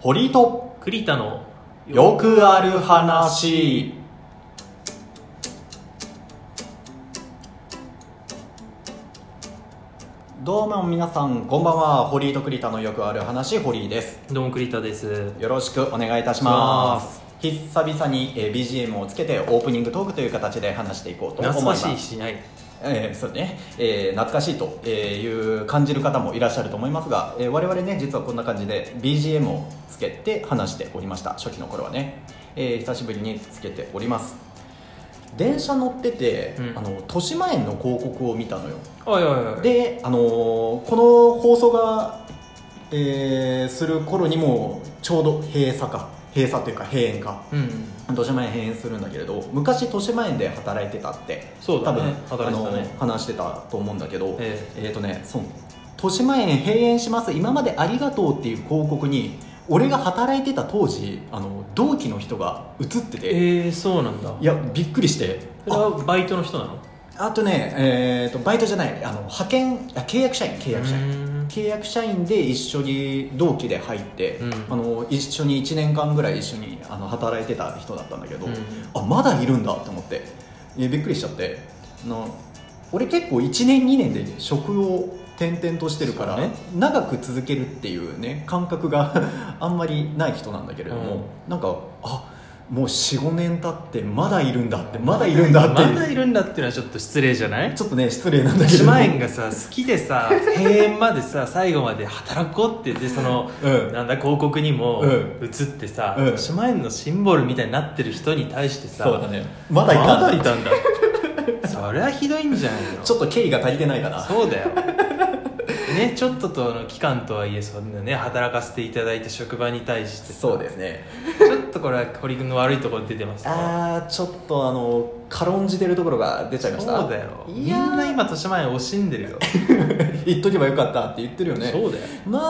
堀井と栗田のよくある話どうも皆さんこんばんは堀井と栗田のよくある話堀井ですどうも栗田ですよろしくお願いいたします久々にえー BGM をつけてオープニングトークという形で話していこうと思います懐かしいしないえーそうねえー懐かしいとえーいう感じる方もいらっしゃると思いますが、えー我々ね実はこんな感じで BGM をつけて話しておりました初期の頃はね、えー久しぶりにつけております電車乗ってて、うんあの豊島園の広告を見たのよおいおいおいで、あのーこの放送が、えーする頃にもちょうど閉鎖か閉鎖というか閉園かうん豊島園閉園するんだけれど昔豊島園で働いてたってそうだね多分、働いてたねあの話してたと思うんだけどええーとねそう豊島園閉園します今までありがとうっていう広告に俺が働いてた当時あの同期の人が映ってて、えー、そうなんだいやびっくりしてそれはバイトの人なのあとね、えー、とバイトじゃないあの派遣あ契約社員契約社員員契約社員で一緒に同期で入って、うんあの一緒に1年間ぐらい一緒にあの働いてた人だったんだけど、うんあまだいるんだと思ってえびっくりしちゃってあの俺結構1年2年で職を転々としてるから、そうね長く続けるっていうね感覚が あんまりない人なんだけれども、なんかあもう45年経ってまだいるんだってまだいるんだってまいうだいるんだっていうのはちょっと失礼じゃないちょっとね失礼なんだけ豊ど島園がさ好きでさ閉園ま でさ最後まで働こうってでそのうんなんだ広告にもうん映ってさ、うん豊島園のシンボルみたいになってる人に対してさそうだねまだいたまんだだいたんだそりゃひどいんじゃないの ちょっと敬意が足りてないかなそうだよ ねちょっととの期間とはいえそんなね働かせていただいた職場に対してさそうですねちょっとこれは堀君の悪いところ出てますねああちょっとあの軽んじてるところが出ちゃいまそしうただよみいんやーな今豊島園惜しんでるよ、言っとけばよかったって言ってるよねそうだよま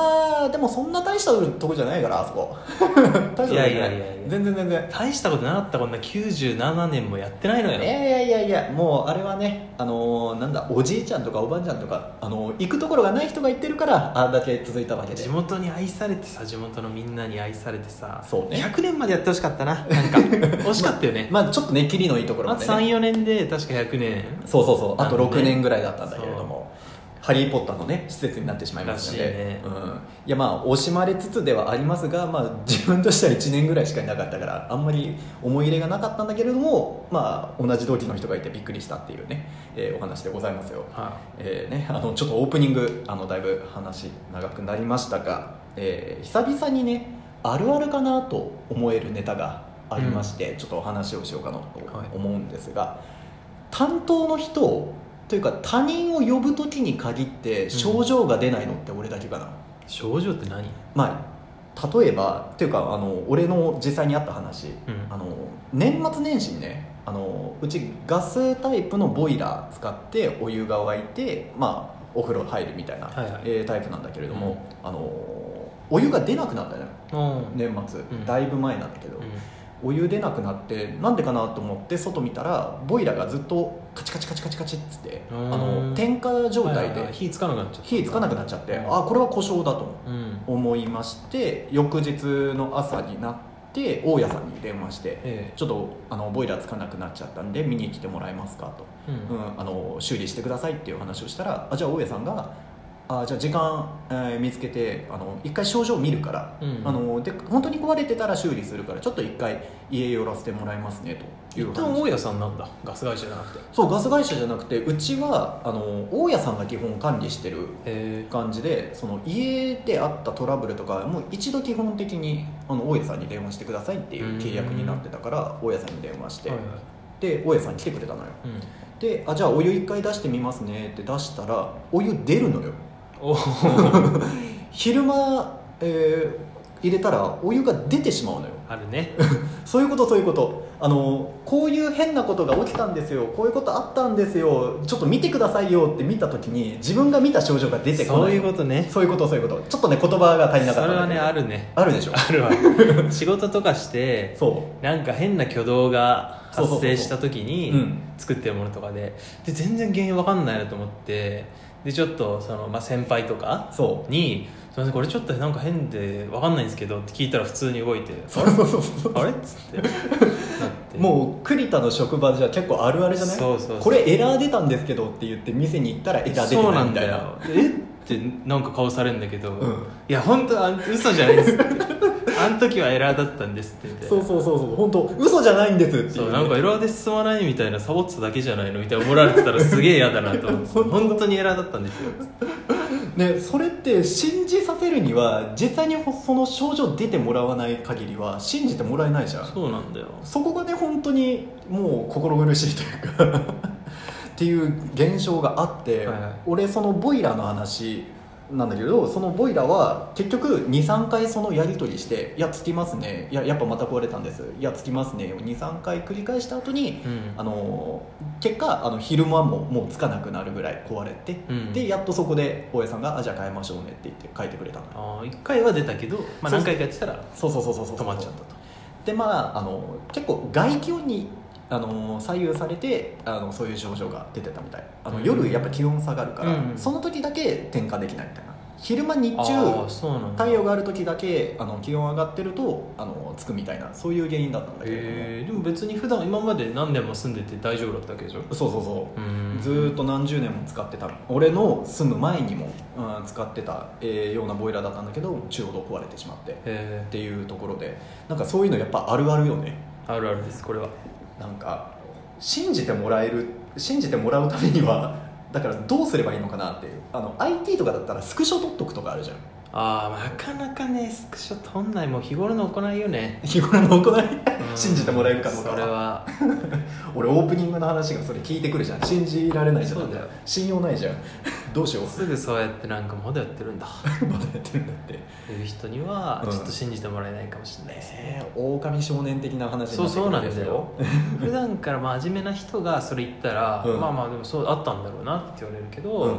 あでもそんな大したとこじゃないからあそ こ大したとこじゃないいやいやいやいや全然全然大したことなかったこんな97年もやってないのよ、いやいやいやいやもうあれはねあのーなんだおじいちゃんとかおばあちゃんとか、あのー行くところがない人が行ってるからあんだけ続いたわけで地元に愛されてさ地元のみんなに愛されてさそうね100年までやってほしかったなな んか惜しかったよね、まあちょっとねキリのいいところままで、ずね34年で確か100年そうそうそうあとなんでね6年ぐらいだったんだけれども「ハリー・ポッター」のね施設になってしまいましたのでらしいねうん、いやまあ惜しまれつつではありますが、まあ、 自分としては1年ぐらいしかいなかったからあんまり思い入れがなかったんだけれども、まあ、同じ同期の人がいてびっくりしたっていうね、えーお話でございますよ、はえーね、あのちょっとオープニングあのだいぶ話長くなりましたが、えー久々にねあるあるかなと思えるネタがありまして、ちょっとお話をしようかなとはい思うんですが、担当の人というか他人を呼ぶ時に限って症状が出ないのって俺だけかな、い症状って何まあ例えばというかあの俺の実際にあった話、うんあの年末年始にねあのうちガスタイプのボイラー使ってお湯が沸いて、まあ、お風呂入るみたいな、はいはいえータイプなんだけれども、あのお湯が出なくなったのようん年末、んだいぶ前なんだけど、うお湯出なくなってなんでかなと思って外見たらボイラーがずっとカチカチカチカチカチっつってあうんの点火状態はいはいはいで火つかなくなっちゃった火つかなくなっちゃって、あこれは故障だと思ってうん思いまして翌日の朝になって大家さんに電話してえ「ちょっとあのボイラーつかなくなっちゃったんで見に来てもらえますか」と、えううんん、あの修理してくださいっていう話をしたらあじゃあ大家さんが「あじゃあ時間、えー見つけてあの一回症状見るから、うんあので本当に壊れてたら修理するからちょっと一回家寄らせてもらいますね」とい一う旦話大家さんなんだガス会社じゃなくてそうガス会社じゃなくてうちはあの大家さんが基本管理してるえ感じでその家であったトラブルとかもう一度基本的にあの大家さんに電話してくださいっていう契約になってたから大家さんに電話して、はいで大家さん来てくれたのようんであじゃあお湯一回出してみますねって出したらお湯出るのよ おお昼間、えー入れたらお湯が出てしまうのよあるねそういうことそういうことあのこういう変なことが起きたんですよこういうことあったんですよちょっと見てくださいよって見た時に自分が見た症状が出てこないそういうことねそういうことそういうことちょっとね言葉が足そりれなかったはんだけねどあるねあるでしょあるわ 仕事とかしてそなんか変な挙動が発生した時う、にうん、作ってるものとかでで全然原因わかんないなと思ってでちょっとその、まあ、先輩とかそにすいませんこれちょっとなんか変で分かんないんですけどって聞いたら普通に動いてそうそうそうそうあれ っつってなってもう栗田の職場じゃ結構あるあるじゃないそうそうそうこれエラー出たんですけどって言って店に行ったらエラー出そてうないなみんただいなよえってなんか顔されるんだけど、んいや本当あ嘘じゃないです ってあの時はエラーだったんですってみたいなそうそうそうそう本当嘘じゃないんですっていう,、そうなんかエラーで進まないみたいなサボってただけじゃないのみたいな思られてたらすげえ嫌だな と思って本当にエラーだったんですよね、それって信じさせるには実際にその症状出てもらわない限りは信じてもらえないじゃんそうなんだよそこがね本当にもう心苦しいというか っていう現象があって、はいはい俺そのボイラーの話なんだけどそのボイラーは結局23回そのやり取りして「いやつきますね」いや「やっぱまた壊れたんです」「いやつきますね」を23回繰り返した後にうんあの結果あの昼間ももうつかなくなるぐらい壊れて、うんでやっとそこで大江さんが「あじゃあ変えましょうね」って言って変えてくれたのよあ1回は出たけど、まあ、そう何回かやってたらそうそうそうそうそう止まっちゃったとでまああの結構外気温にあの左右されてあのそういう症状が出てたみたいあの、うん夜やっぱ気温下がるから、うんその時だけ転化できないみたいな昼間日あ中あそうなんだ太陽がある時だけあの気温上がってるとあのつくみたいなそういう原因だったんだけれども、えーでも別に普段今まで何年も住んでて大丈夫だったわけでしょそうそうそううんずーっと何十年も使ってた俺の住む前にも、うん、使ってた、えーようなボイラーだったんだけど中央道壊れてしまってっえていうところでなんかそういうのやっぱあるあるよねーあるあるですこれはなんか信じてもらえる信じてもらうためには だからどうすればいいのかなっていうあの IT とかだったらスクショ取っとくとかあるじゃんああなかなかねスクショ撮んないもう日頃の行いよね日頃の行いうん 信じてもらえるかどうかそれはは俺オープニングの話がそれ聞いてくるじゃん信じられないじゃんそうだよ信用ないじゃんどうしよ うすぐそうやってなんかまだやってるんだまだやってるんだってっていう人にはうんちょっと信じてもらえないかもしれないですね、ねえ狼少年的な話にそうそうななっんてくるだよ 普段から真面目な人がそれ言ったら、うんまあまあでもそうあったんだろうなって言われるけど、うんうんうん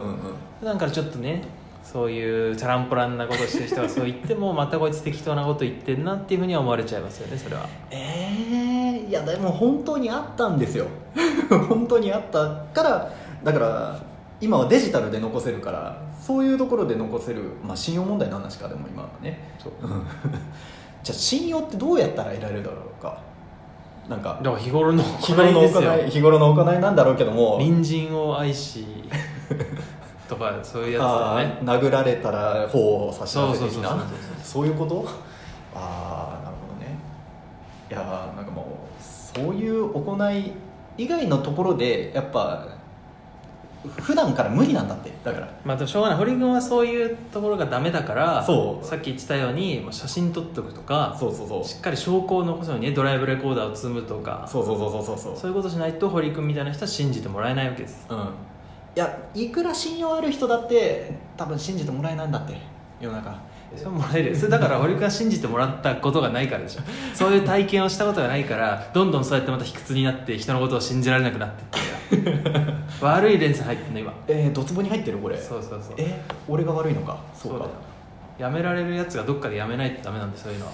普段からちょっとねそういうチャランポランなことしてる人がそう言ってもまたこいつ適当なこと言ってんなっていうふうには思われちゃいますよねそれはええいやでも本当にあったんですよ 本当にあったからだから今はデジタルで残せるからそういうところで残せる、まあ、信用問題の話かでも今はねそううん じゃあ信用ってどうやったら得られるだろうかなんかだから日頃の日行頃いのです行いよ日頃の行いなんだろうけども隣人を愛し とかそういうやつあだよーね殴られたら頬を差し出せ的そうそうそうそうなそういうことああなるほどねいやーなんかもうそういう行い以外のところでやっぱ普段から無理なんだってだからまあでもしょうがない堀君はそういうところがダメだからそうさっき言ってたようにもう写真撮っとくとかそうそうそうしっかり証拠を残すのにねドライブレコーダーを積むとかそうそうそうそうそうそういうことしないと堀君みたいな人は信じてもらえないわけですうんいやいくら信用ある人だって多分信じてもらえないんだって世の中それもらえるそれだから堀君が信じてもらったことがないか らでしょそういう体験をしたことがないからどんどんそうやってまた卑屈になって人のことを信じられなくなってって んだよ悪い連鎖入ってんの今えー、ドツボに入ってるこれそうそうそうえ俺が悪いのかそうかだよやめられるやつがどっかでやめないとダメなんでそういうのは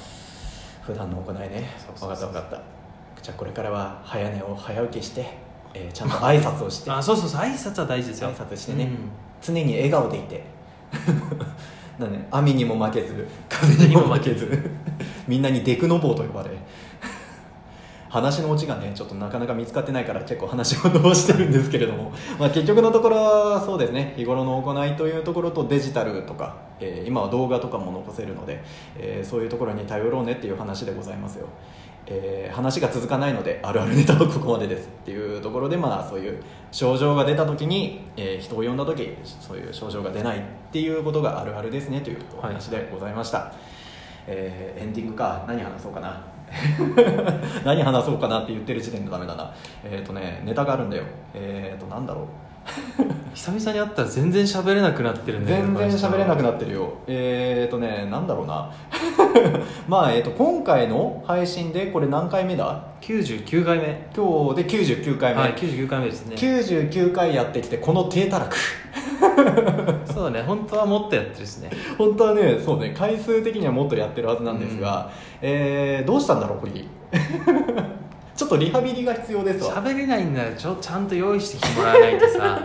普段の行いねそう分かそうったそう分かったじゃあこれからは早寝を早起きして、えーちゃんと挨拶をしてあそうそうそう挨拶は大事ですよ挨拶してね、うん常に笑顔でいて なんで雨にも負け ず風にも負けず みんなにデクノボーと呼ばれ 話のオチがねちょっとなかなか見つかってないから結構話をどうしてるんですけれども、 まあ、結局のところはそうですね日頃の行いというところとデジタルとか、えー今は動画とかも残せるので、えーそういうところに頼ろうねっていう話でございますよ、えー話が続かないのであるあるネタはここまでですっていうところでまあそういう症状が出た時に、えー人を呼んだ時そういう症状が出ないっていうことがあるあるですねというお話でございました、えーエンディングか何話そうかな 何話そうかなって言ってる時点でダメだなえっ、とねネタがあるんだよえっ、となんだろう久々に会ったら全然喋れなくなってるんだ全然喋れなくっなってるよえっ、とねなんだろうな まあえっ、と今回の配信でこれ何回目だ99回目今日で99回目、はい99回目ですね99回やってきてこの低たらく そうだね本当はもっとやってるしね本当はねそうね回数的にはもっとやってるはずなんですが、えーどうしたんだろう堀 ちょっとリハビリが必要ですわ喋れないんならちょちゃんと用意 してきてもらわないとさ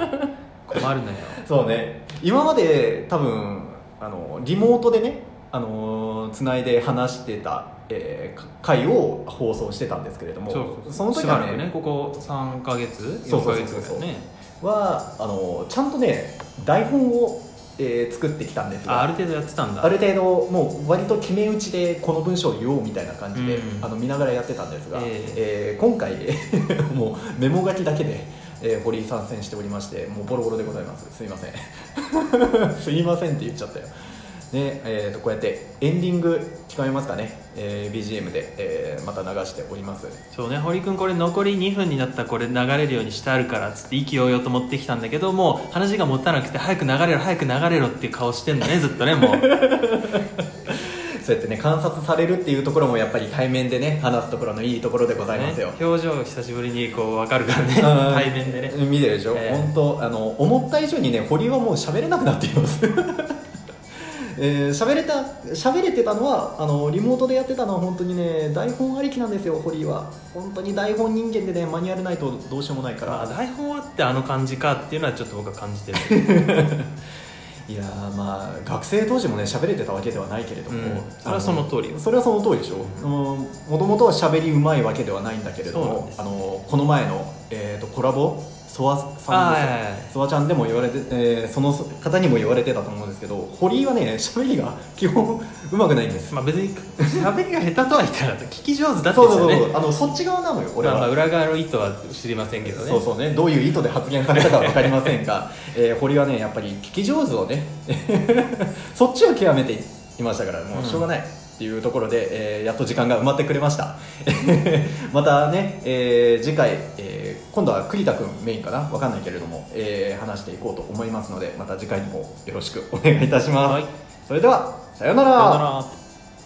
困るのよそうね今まで多分あのリモートでねあのつないで話してた、えーか回を放送してたんですけれどもの時はしばらくねここ3か月そう4そかうそう月そうぐらいねはあのちゃんとね台本を、えー作ってきたんですあがある程度やってたんだある程度もう割と決め打ちでこの文章を言おうみたいな感じで、うんあの見ながらやってたんですが、ええー今回 もうメモ書きだけで、えー堀井参戦しておりましてもうボロボロでございますすいません すいませんって言っちゃったよねえー、とこうやってエンディング聞こえますかね、えー BGM で、えーまた流しておりますそうね堀君これ残り2分になったらこれ流れるようにしてあるからっつって意気揚々と持ってきたんだけどもう話が持たなくて早く流れろ早く流れろっていう顔して んだねずっとねもうそうやってね観察されるっていうところもやっぱり対面でね話すところのいいところでございますよ、ね表情が久しぶりにこう分かるからねうん対面でね見てるでしょ、ええ本当あの思った以上にね堀はもう喋れなくなっています えー喋、れた喋れてたのはあのリモートでやってたのは本当にね台本ありきなんですよ堀は本当に台本人間でねマニュアルないとどうしようもないから、まあ台本あってあの感じかっていうのはちょっと僕は感じて るいやーまあ学生当時もね喋れてたわけではないけれども、うんそれはその通りよあそれはその通りでしょもともとは喋りうまいわけではないんだけれどそうなんもですあのこの前の、えー、とコラボソワさんですよあーはいはいはいソワちゃんでも言われて、えーその方にも言われてたと思うんですけど堀井はね喋りが 基本うまくないんですまあ別に喋りが下手とは言ってなかった聞き上手だったそんうですそようねそうあのそっち側なのよ俺は、まあ、まあ裏側の意図は知りませんけどねそうそうね、どういう意図で発言されたかわかりませんが、えー堀はね、やっぱり聞き上手をね、 そっちを極めていましたから、もうしょうがない。っていうところで、えーやっと時間が埋まってくれました。 またね、えー次回、えー今度は栗田君メインかなわかんないけれども、えー話していこうと思いますので、また次回もよろしくお願いいたします。はいそれでは、さようなさよらなら